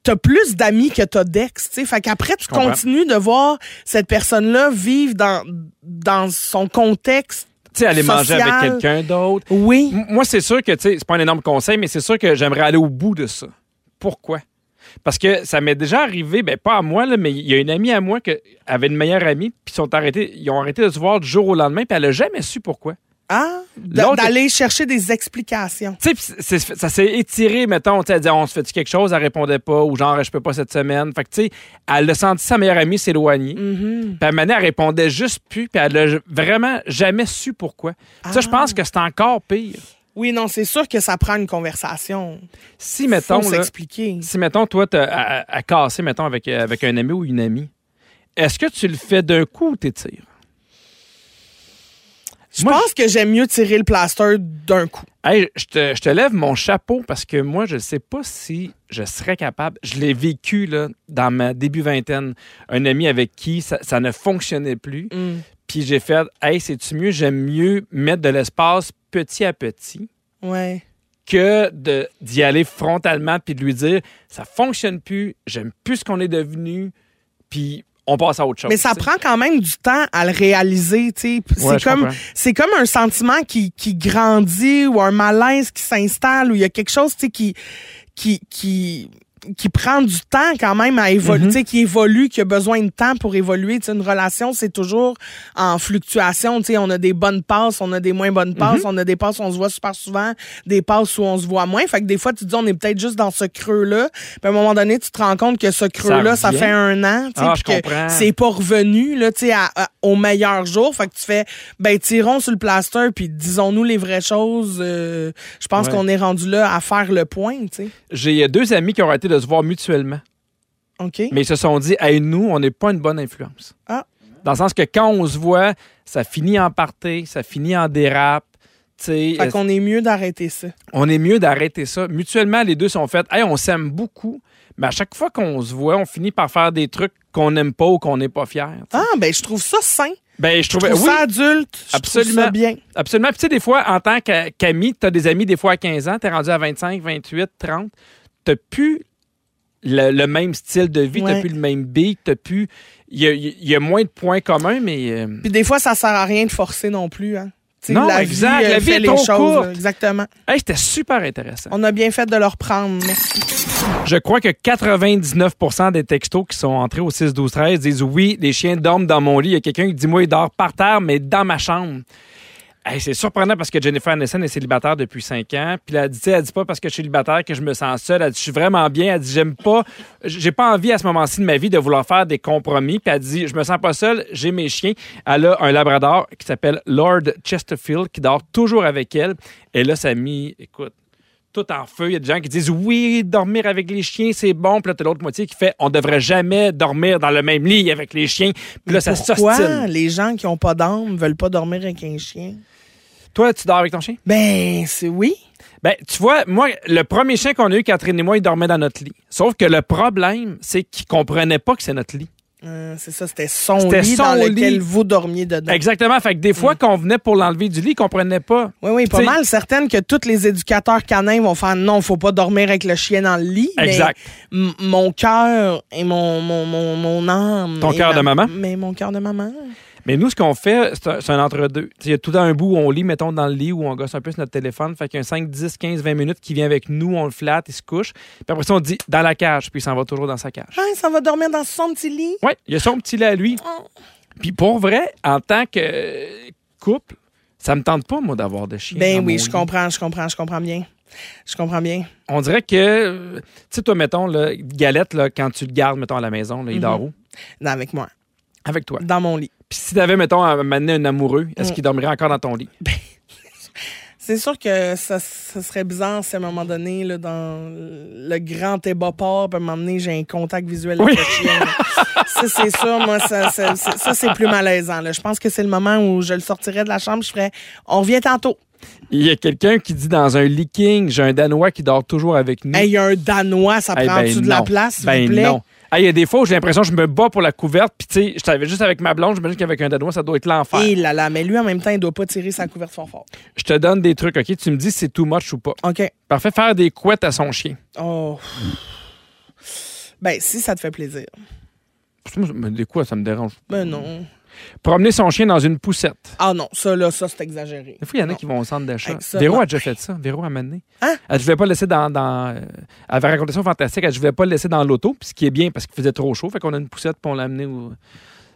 [SPEAKER 2] t'as plus d'amis que t'as d'ex, tu sais. Fait qu'après, tu
[SPEAKER 1] comprends.
[SPEAKER 2] continues de voir cette personne-là vivre dans, dans son contexte.
[SPEAKER 1] Tu sais, aller manger
[SPEAKER 2] Social.
[SPEAKER 1] avec quelqu'un d'autre.
[SPEAKER 2] Oui.
[SPEAKER 1] M- Moi, c'est sûr que, tu sais, c'est pas un énorme conseil, mais c'est sûr que j'aimerais aller au bout de ça. Pourquoi? Parce que ça m'est déjà arrivé, ben pas à moi, là, mais il y a une amie à moi qui avait une meilleure amie, puis ils sont arrêtés, ils ont arrêté de se voir du jour au lendemain, puis elle a jamais su pourquoi.
[SPEAKER 2] Hein? D-
[SPEAKER 1] L'autre-
[SPEAKER 2] D'aller chercher des explications.
[SPEAKER 1] Tu sais, puis c'est- c'est- ça s'est étiré, mettons, tu sais, elle disait, on se fait-tu quelque chose, elle répondait pas, ou genre, je peux pas cette semaine. Fait que, tu sais, elle a senti sa meilleure amie s'éloigner.
[SPEAKER 2] Mm-hmm.
[SPEAKER 1] Puis à un moment donné, elle répondait juste plus, puis elle a vraiment jamais su pourquoi. Ça,
[SPEAKER 2] Ah.
[SPEAKER 1] je pense que c'est encore pire.
[SPEAKER 2] Oui, non, c'est sûr que ça prend une conversation.
[SPEAKER 1] Si, mettons,
[SPEAKER 2] Faut
[SPEAKER 1] là,
[SPEAKER 2] s'expliquer.
[SPEAKER 1] si, mettons, toi, t'as à, à- à casser, mettons, avec, euh, avec un ami ou une amie, est-ce que tu le fais d'un coup ou t'étires?
[SPEAKER 2] Je
[SPEAKER 1] Moi,
[SPEAKER 2] pense que j'aime mieux tirer le plaster d'un coup.
[SPEAKER 1] Hey, je te, je te lève mon chapeau parce que moi, je ne sais pas si je serais capable. Je l'ai vécu là, dans ma début vingtaine. Un ami avec qui ça, ça ne fonctionnait plus.
[SPEAKER 2] Mm.
[SPEAKER 1] Puis j'ai fait Hey, c'est-tu mieux? J'aime mieux mettre de l'espace petit à petit
[SPEAKER 2] Ouais.
[SPEAKER 1] que de- d'y aller frontalement puis de lui dire Ça fonctionne plus, j'aime plus ce qu'on est devenu, puis on passe à autre chose.
[SPEAKER 2] Mais ça
[SPEAKER 1] tu sais.
[SPEAKER 2] prend quand même du temps à le réaliser, tu sais. Puis
[SPEAKER 1] Ouais,
[SPEAKER 2] c'est
[SPEAKER 1] je
[SPEAKER 2] comme
[SPEAKER 1] comprends.
[SPEAKER 2] c'est comme un sentiment qui, qui grandit ou un malaise qui s'installe ou il y a quelque chose, tu sais, qui qui qui qui prend du temps quand même à évoluer,
[SPEAKER 1] Mm-hmm.
[SPEAKER 2] tu sais, qui évolue, qui a besoin de temps pour évoluer. Tu sais, une relation, c'est toujours en fluctuation. Tu sais, on a des bonnes passes, on a des moins bonnes passes,
[SPEAKER 1] Mm-hmm.
[SPEAKER 2] on a des passes où on se voit super souvent, des passes où on se voit moins. Fait que des fois, tu te dis, on est peut-être juste dans ce creux-là. Puis à un moment donné, tu te rends compte que ce creux-là, ça,
[SPEAKER 1] revient.
[SPEAKER 2] fait un an. tu sais,
[SPEAKER 1] Ah,
[SPEAKER 2] puis
[SPEAKER 1] je
[SPEAKER 2] que
[SPEAKER 1] comprends.
[SPEAKER 2] C'est pas revenu là, tu sais, à- à- au meilleur jour. Fait que tu fais, ben tirons sur le plaster puis disons-nous les vraies choses. Euh, je pense
[SPEAKER 1] Ouais.
[SPEAKER 2] qu'on est rendu là à faire le point, tu sais.
[SPEAKER 1] J'ai euh, deux amis qui ont arrêté de se voir mutuellement.
[SPEAKER 2] Ok.
[SPEAKER 1] Mais ils se sont dit, hey, nous, on n'est pas une bonne influence.
[SPEAKER 2] Ah.
[SPEAKER 1] Dans le sens que quand on se voit, ça finit en party, ça finit en dérape. tu sais,
[SPEAKER 2] Fait
[SPEAKER 1] euh,
[SPEAKER 2] qu'on est mieux d'arrêter ça.
[SPEAKER 1] on est mieux d'arrêter ça. Mutuellement, les deux sont faits. Hey, on s'aime beaucoup, mais à chaque fois qu'on se voit, on finit par faire des trucs qu'on n'aime pas ou qu'on n'est pas fier. tu sais.
[SPEAKER 2] Ah ben je trouve ça sain.
[SPEAKER 1] Ben, je
[SPEAKER 2] Je
[SPEAKER 1] trouvais.
[SPEAKER 2] trouve
[SPEAKER 1] oui,
[SPEAKER 2] ça adulte. Je
[SPEAKER 1] absolument.
[SPEAKER 2] trouve ça bien.
[SPEAKER 1] Absolument. Puis, tu sais, des fois, en tant qu'a- qu'ami, tu as des amis, des fois à 15 ans, tu es rendu à 25, 28, 30. Tu plus le, le même style de vie, t'as
[SPEAKER 2] Ouais.
[SPEAKER 1] plus le même beat, tu plus. Il y a, il y a moins de points communs, mais. euh,
[SPEAKER 2] Puis des fois, ça sert à rien de forcer non plus. Hein. Tu sais,
[SPEAKER 1] Non, exact. La
[SPEAKER 2] euh,
[SPEAKER 1] vie
[SPEAKER 2] fait
[SPEAKER 1] est
[SPEAKER 2] les
[SPEAKER 1] trop
[SPEAKER 2] choses.
[SPEAKER 1] courte.
[SPEAKER 2] là. Exactement.
[SPEAKER 1] Hey, c'était super intéressant.
[SPEAKER 2] On a bien fait de le reprendre. Merci.
[SPEAKER 1] Je crois que 99 des textos qui sont entrés au 6-12-13 disent oui, les chiens dorment dans mon lit. Il y a quelqu'un qui dit moi, il dort par terre, mais dans ma chambre. Hey, c'est surprenant parce que Jennifer Aniston est célibataire depuis 5 ans. Puis elle dit, tu sais, elle dit pas parce que je suis célibataire que je me sens seule. Elle dit, je suis vraiment bien. Elle dit, j'aime pas, j'ai pas envie à ce moment-ci de ma vie de vouloir faire des compromis. Puis elle dit, je me sens pas seule, j'ai mes chiens. Elle a un labrador qui s'appelle Lord Chesterfield qui dort toujours avec elle. Et là, ça a mis, écoute, tout en feu. Il y a des gens qui disent oui, dormir avec les chiens, c'est bon. Puis là, t'as l'autre moitié qui fait on devrait jamais dormir dans le même lit avec les chiens. Puis là, ça
[SPEAKER 2] Pourquoi
[SPEAKER 1] s'ostine.
[SPEAKER 2] les gens qui ont pas d'âme veulent pas dormir avec un chien?
[SPEAKER 1] Toi, tu dors avec ton chien?
[SPEAKER 2] Ben, c'est oui.
[SPEAKER 1] Ben, tu vois, moi, le premier chien qu'on a eu, Catherine et moi, il dormait dans notre lit. Sauf que le problème, c'est qu'il comprenait pas que c'est notre lit.
[SPEAKER 2] Euh, c'est ça, c'était son
[SPEAKER 1] C'était
[SPEAKER 2] lit
[SPEAKER 1] son
[SPEAKER 2] dans lequel
[SPEAKER 1] lit.
[SPEAKER 2] vous dormiez dedans.
[SPEAKER 1] Exactement. Fait que des
[SPEAKER 2] Mm.
[SPEAKER 1] fois, qu'on venait pour l'enlever du lit, il comprenait pas.
[SPEAKER 2] Oui, oui, pas
[SPEAKER 1] T'sais-
[SPEAKER 2] mal certaine que tous les éducateurs canins vont faire non, faut pas dormir avec le chien dans le lit. mais
[SPEAKER 1] Exact.
[SPEAKER 2] m- mon cœur et mon, mon, mon, mon âme.
[SPEAKER 1] Ton
[SPEAKER 2] et
[SPEAKER 1] cœur
[SPEAKER 2] ma-
[SPEAKER 1] de maman?
[SPEAKER 2] Mais mon cœur de maman.
[SPEAKER 1] Mais nous, ce qu'on fait, c'est un, c'est un entre-deux. Tu sais, Il y a tout un bout où on lit, mettons, dans le lit, où on gosse un peu sur notre téléphone. Fait qu'il y a un 5, 10, 15, 20 minutes qui vient avec nous, on le flatte, il se couche. Puis après ça, on dit dans la cage, puis il s'en va toujours dans sa cage.
[SPEAKER 2] Ah, ça va dormir dans son petit lit.
[SPEAKER 1] Oui, il y a son petit lit à lui. Puis pour vrai, en tant que euh, couple, ça me tente pas, moi, d'avoir de chien. dans
[SPEAKER 2] Ben
[SPEAKER 1] mon
[SPEAKER 2] oui, je
[SPEAKER 1] lit.
[SPEAKER 2] comprends, je comprends, je comprends bien. Je comprends bien.
[SPEAKER 1] On dirait que, euh, tu sais, toi, mettons, là, Galette, là, quand tu le gardes, mettons, à la maison, là, il
[SPEAKER 2] Mhm.
[SPEAKER 1] dort où?
[SPEAKER 2] Non, avec moi,
[SPEAKER 1] Avec toi.
[SPEAKER 2] dans mon lit. Mm.
[SPEAKER 1] Puis si t'avais, mettons, à m'amener un amoureux, est-ce qu'il dormirait encore dans ton lit?
[SPEAKER 2] C'est sûr que ça, ça serait bizarre si à un moment donné, là, dans le grand ébat port, puis à un moment donné, j'ai un contact visuel avec
[SPEAKER 1] Oui.
[SPEAKER 2] le chien. ça, c'est sûr, moi, ça, ça- ça- ça, c'est plus malaisant. là. Je pense que c'est le moment où je le sortirais de la chambre, je ferais On revient tantôt.
[SPEAKER 1] Il y a quelqu'un qui dit dans un leaking, j'ai un Danois qui dort toujours avec nous.
[SPEAKER 2] Hey, il y a un Danois, ça
[SPEAKER 1] Eh
[SPEAKER 2] prend-tu
[SPEAKER 1] ben
[SPEAKER 2] de la
[SPEAKER 1] non.
[SPEAKER 2] place, s'il
[SPEAKER 1] ben
[SPEAKER 2] vous plaît?
[SPEAKER 1] non. Eh, Il y a des fois où j'ai l'impression que je me bats pour la couverte. Puis, tu sais, je t'avais juste avec ma blonde. J'imagine qu'avec un Danois, ça doit être l'enfer.
[SPEAKER 2] Et Eh là là, mais lui, en même temps, il doit pas tirer sa couverte fort fort.
[SPEAKER 1] Je te donne des trucs, OK? Tu me dis si c'est too much ou pas.
[SPEAKER 2] OK.
[SPEAKER 1] Parfait, faire des couettes à son chien.
[SPEAKER 2] Oh. Ben, si ça te fait plaisir.
[SPEAKER 1] Parce que moi, ça- Des couettes, ça me dérange.
[SPEAKER 2] Ben non.
[SPEAKER 1] Promener son chien dans une poussette.
[SPEAKER 2] Ah non, ça, là, ça, c'est exagéré.
[SPEAKER 1] Des fois, il y en a
[SPEAKER 2] Non.
[SPEAKER 1] qui vont au centre d'achat.
[SPEAKER 2] Avec ça,
[SPEAKER 1] Véro
[SPEAKER 2] moi-
[SPEAKER 1] a déjà fait ça. Véro a mené.
[SPEAKER 2] Hein?
[SPEAKER 1] Elle ne voulait pas le laisser dans. dans euh, elle avait raconté ça au fantastique. Elle ne voulait pas le laisser dans l'auto, puis ce qui est bien parce qu'il faisait trop chaud. Fait qu'on a une poussette pour l'a amené au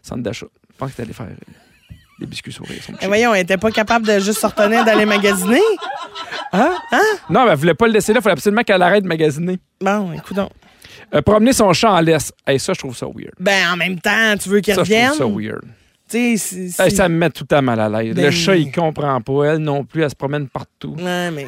[SPEAKER 1] centre d'achat. Je pense qu'elle allait faire euh, des biscuits sourires. son chien.
[SPEAKER 2] Mais Eh, voyons, elle était pas capable de juste se retenir d'aller magasiner.
[SPEAKER 1] Non, mais elle voulait pas le laisser là. Il fallait absolument qu'elle arrête de magasiner.
[SPEAKER 2] Bon, écoute donc.
[SPEAKER 1] Euh, promener son chat en laisse. Hey, ça, je trouve ça weird.
[SPEAKER 2] Ben, en même temps, tu veux qu'elle
[SPEAKER 1] Ça, je
[SPEAKER 2] revienne?
[SPEAKER 1] trouve ça weird.
[SPEAKER 2] Tu sais, si- si-
[SPEAKER 1] Hey, ça me met tout à mal à l'aise.
[SPEAKER 2] Ben-
[SPEAKER 1] Le chat, il comprend pas. Elle non plus, elle se promène partout.
[SPEAKER 2] Ouais, mais.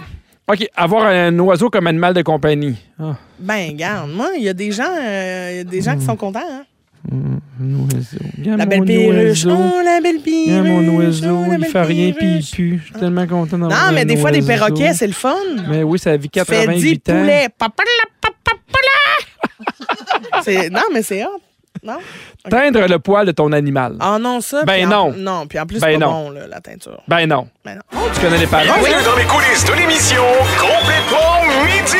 [SPEAKER 1] OK, avoir un oiseau comme animal de compagnie. Ah,
[SPEAKER 2] Ben, garde, moi, il y a des gens, euh, il y a des gens qui sont contents, hein.
[SPEAKER 1] un oiseau. Viens,
[SPEAKER 2] La
[SPEAKER 1] Mm. mon
[SPEAKER 2] belle perruche.
[SPEAKER 1] oiseau.
[SPEAKER 2] Oh, la belle perruche.
[SPEAKER 1] Viens, Hein, mon oiseau,
[SPEAKER 2] oh, la
[SPEAKER 1] il
[SPEAKER 2] belle
[SPEAKER 1] fait rien puis
[SPEAKER 2] perruche.
[SPEAKER 1] il pue. Je suis tellement content d'avoir
[SPEAKER 2] Non, mais
[SPEAKER 1] un
[SPEAKER 2] des fois, des
[SPEAKER 1] oiseau.
[SPEAKER 2] perroquets, c'est le fun.
[SPEAKER 1] Mais oui, ça vit
[SPEAKER 2] Tu fais 10
[SPEAKER 1] 88 ans.
[SPEAKER 2] poulets. Papala, papapala. C'est- Non, mais c'est hot. Non?
[SPEAKER 1] Teindre le poil de ton animal.
[SPEAKER 2] Ah non, ça.
[SPEAKER 1] Ben
[SPEAKER 2] puis en-
[SPEAKER 1] non.
[SPEAKER 2] Non, puis en plus,
[SPEAKER 1] Ben
[SPEAKER 2] c'est pas
[SPEAKER 1] non.
[SPEAKER 2] bon, là, la teinture.
[SPEAKER 1] Ben non.
[SPEAKER 2] Ben non.
[SPEAKER 1] Tu connais les paroles.
[SPEAKER 8] dans les coulisses de l'émission Complètement Midi.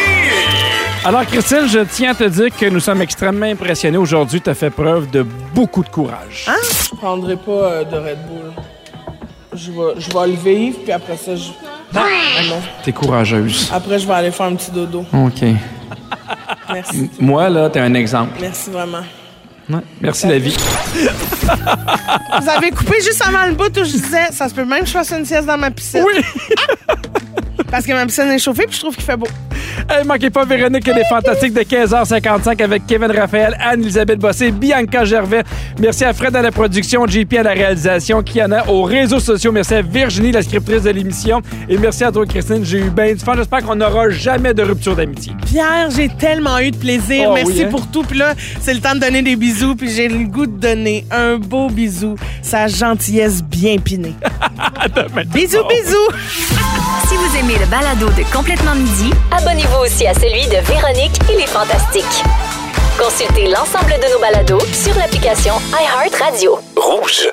[SPEAKER 1] Alors, Christine, je tiens à te dire que nous sommes extrêmement impressionnés aujourd'hui. Tu as fait preuve de beaucoup de courage.
[SPEAKER 2] Je prendrai pas euh, de Red Bull. Je vais, je vais le vivre, puis après ça, je... Ah non.
[SPEAKER 1] T'es courageuse.
[SPEAKER 2] Après, je vais aller faire un petit dodo.
[SPEAKER 1] OK.
[SPEAKER 2] Merci.
[SPEAKER 1] Moi, là, t'es un exemple.
[SPEAKER 2] Merci vraiment.
[SPEAKER 1] Ouais. Merci, la vie.
[SPEAKER 2] Vous avez coupé juste avant le bout où je disais, ça se peut même que je fasse une sieste dans ma piscine.
[SPEAKER 1] Oui!
[SPEAKER 2] Parce que ma piscine est chauffée, puis je trouve qu'il fait beau.
[SPEAKER 1] Hey, manquez pas Véronique et les Fantastiques de 15h55 avec Kevin Raphaël, Anne-Elisabeth Bossé, Bianca Gervais. Merci à Fred à la production, JP à la réalisation, Kiana aux réseaux sociaux. Merci à Virginie, la scriptrice de l'émission. Et merci à toi, Christine. J'ai eu bien du fun. J'espère qu'on n'aura jamais de rupture d'amitié.
[SPEAKER 2] Pierre, j'ai tellement eu de plaisir.
[SPEAKER 1] Oh,
[SPEAKER 2] Merci
[SPEAKER 1] oui, hein?
[SPEAKER 2] pour tout. Puis là, c'est le temps de donner des bisous. Puis j'ai le goût de donner un beau bisou. Sa gentillesse bien <laughs> pinée. Bisous, bisous.
[SPEAKER 4] Si vous aimez le balado de Complètement midi,
[SPEAKER 5] Abonnez-vous aussi à celui de Véronique et les Fantastiques. Consultez l'ensemble de nos balados sur l'application iHeartRadio.
[SPEAKER 8] Rouge.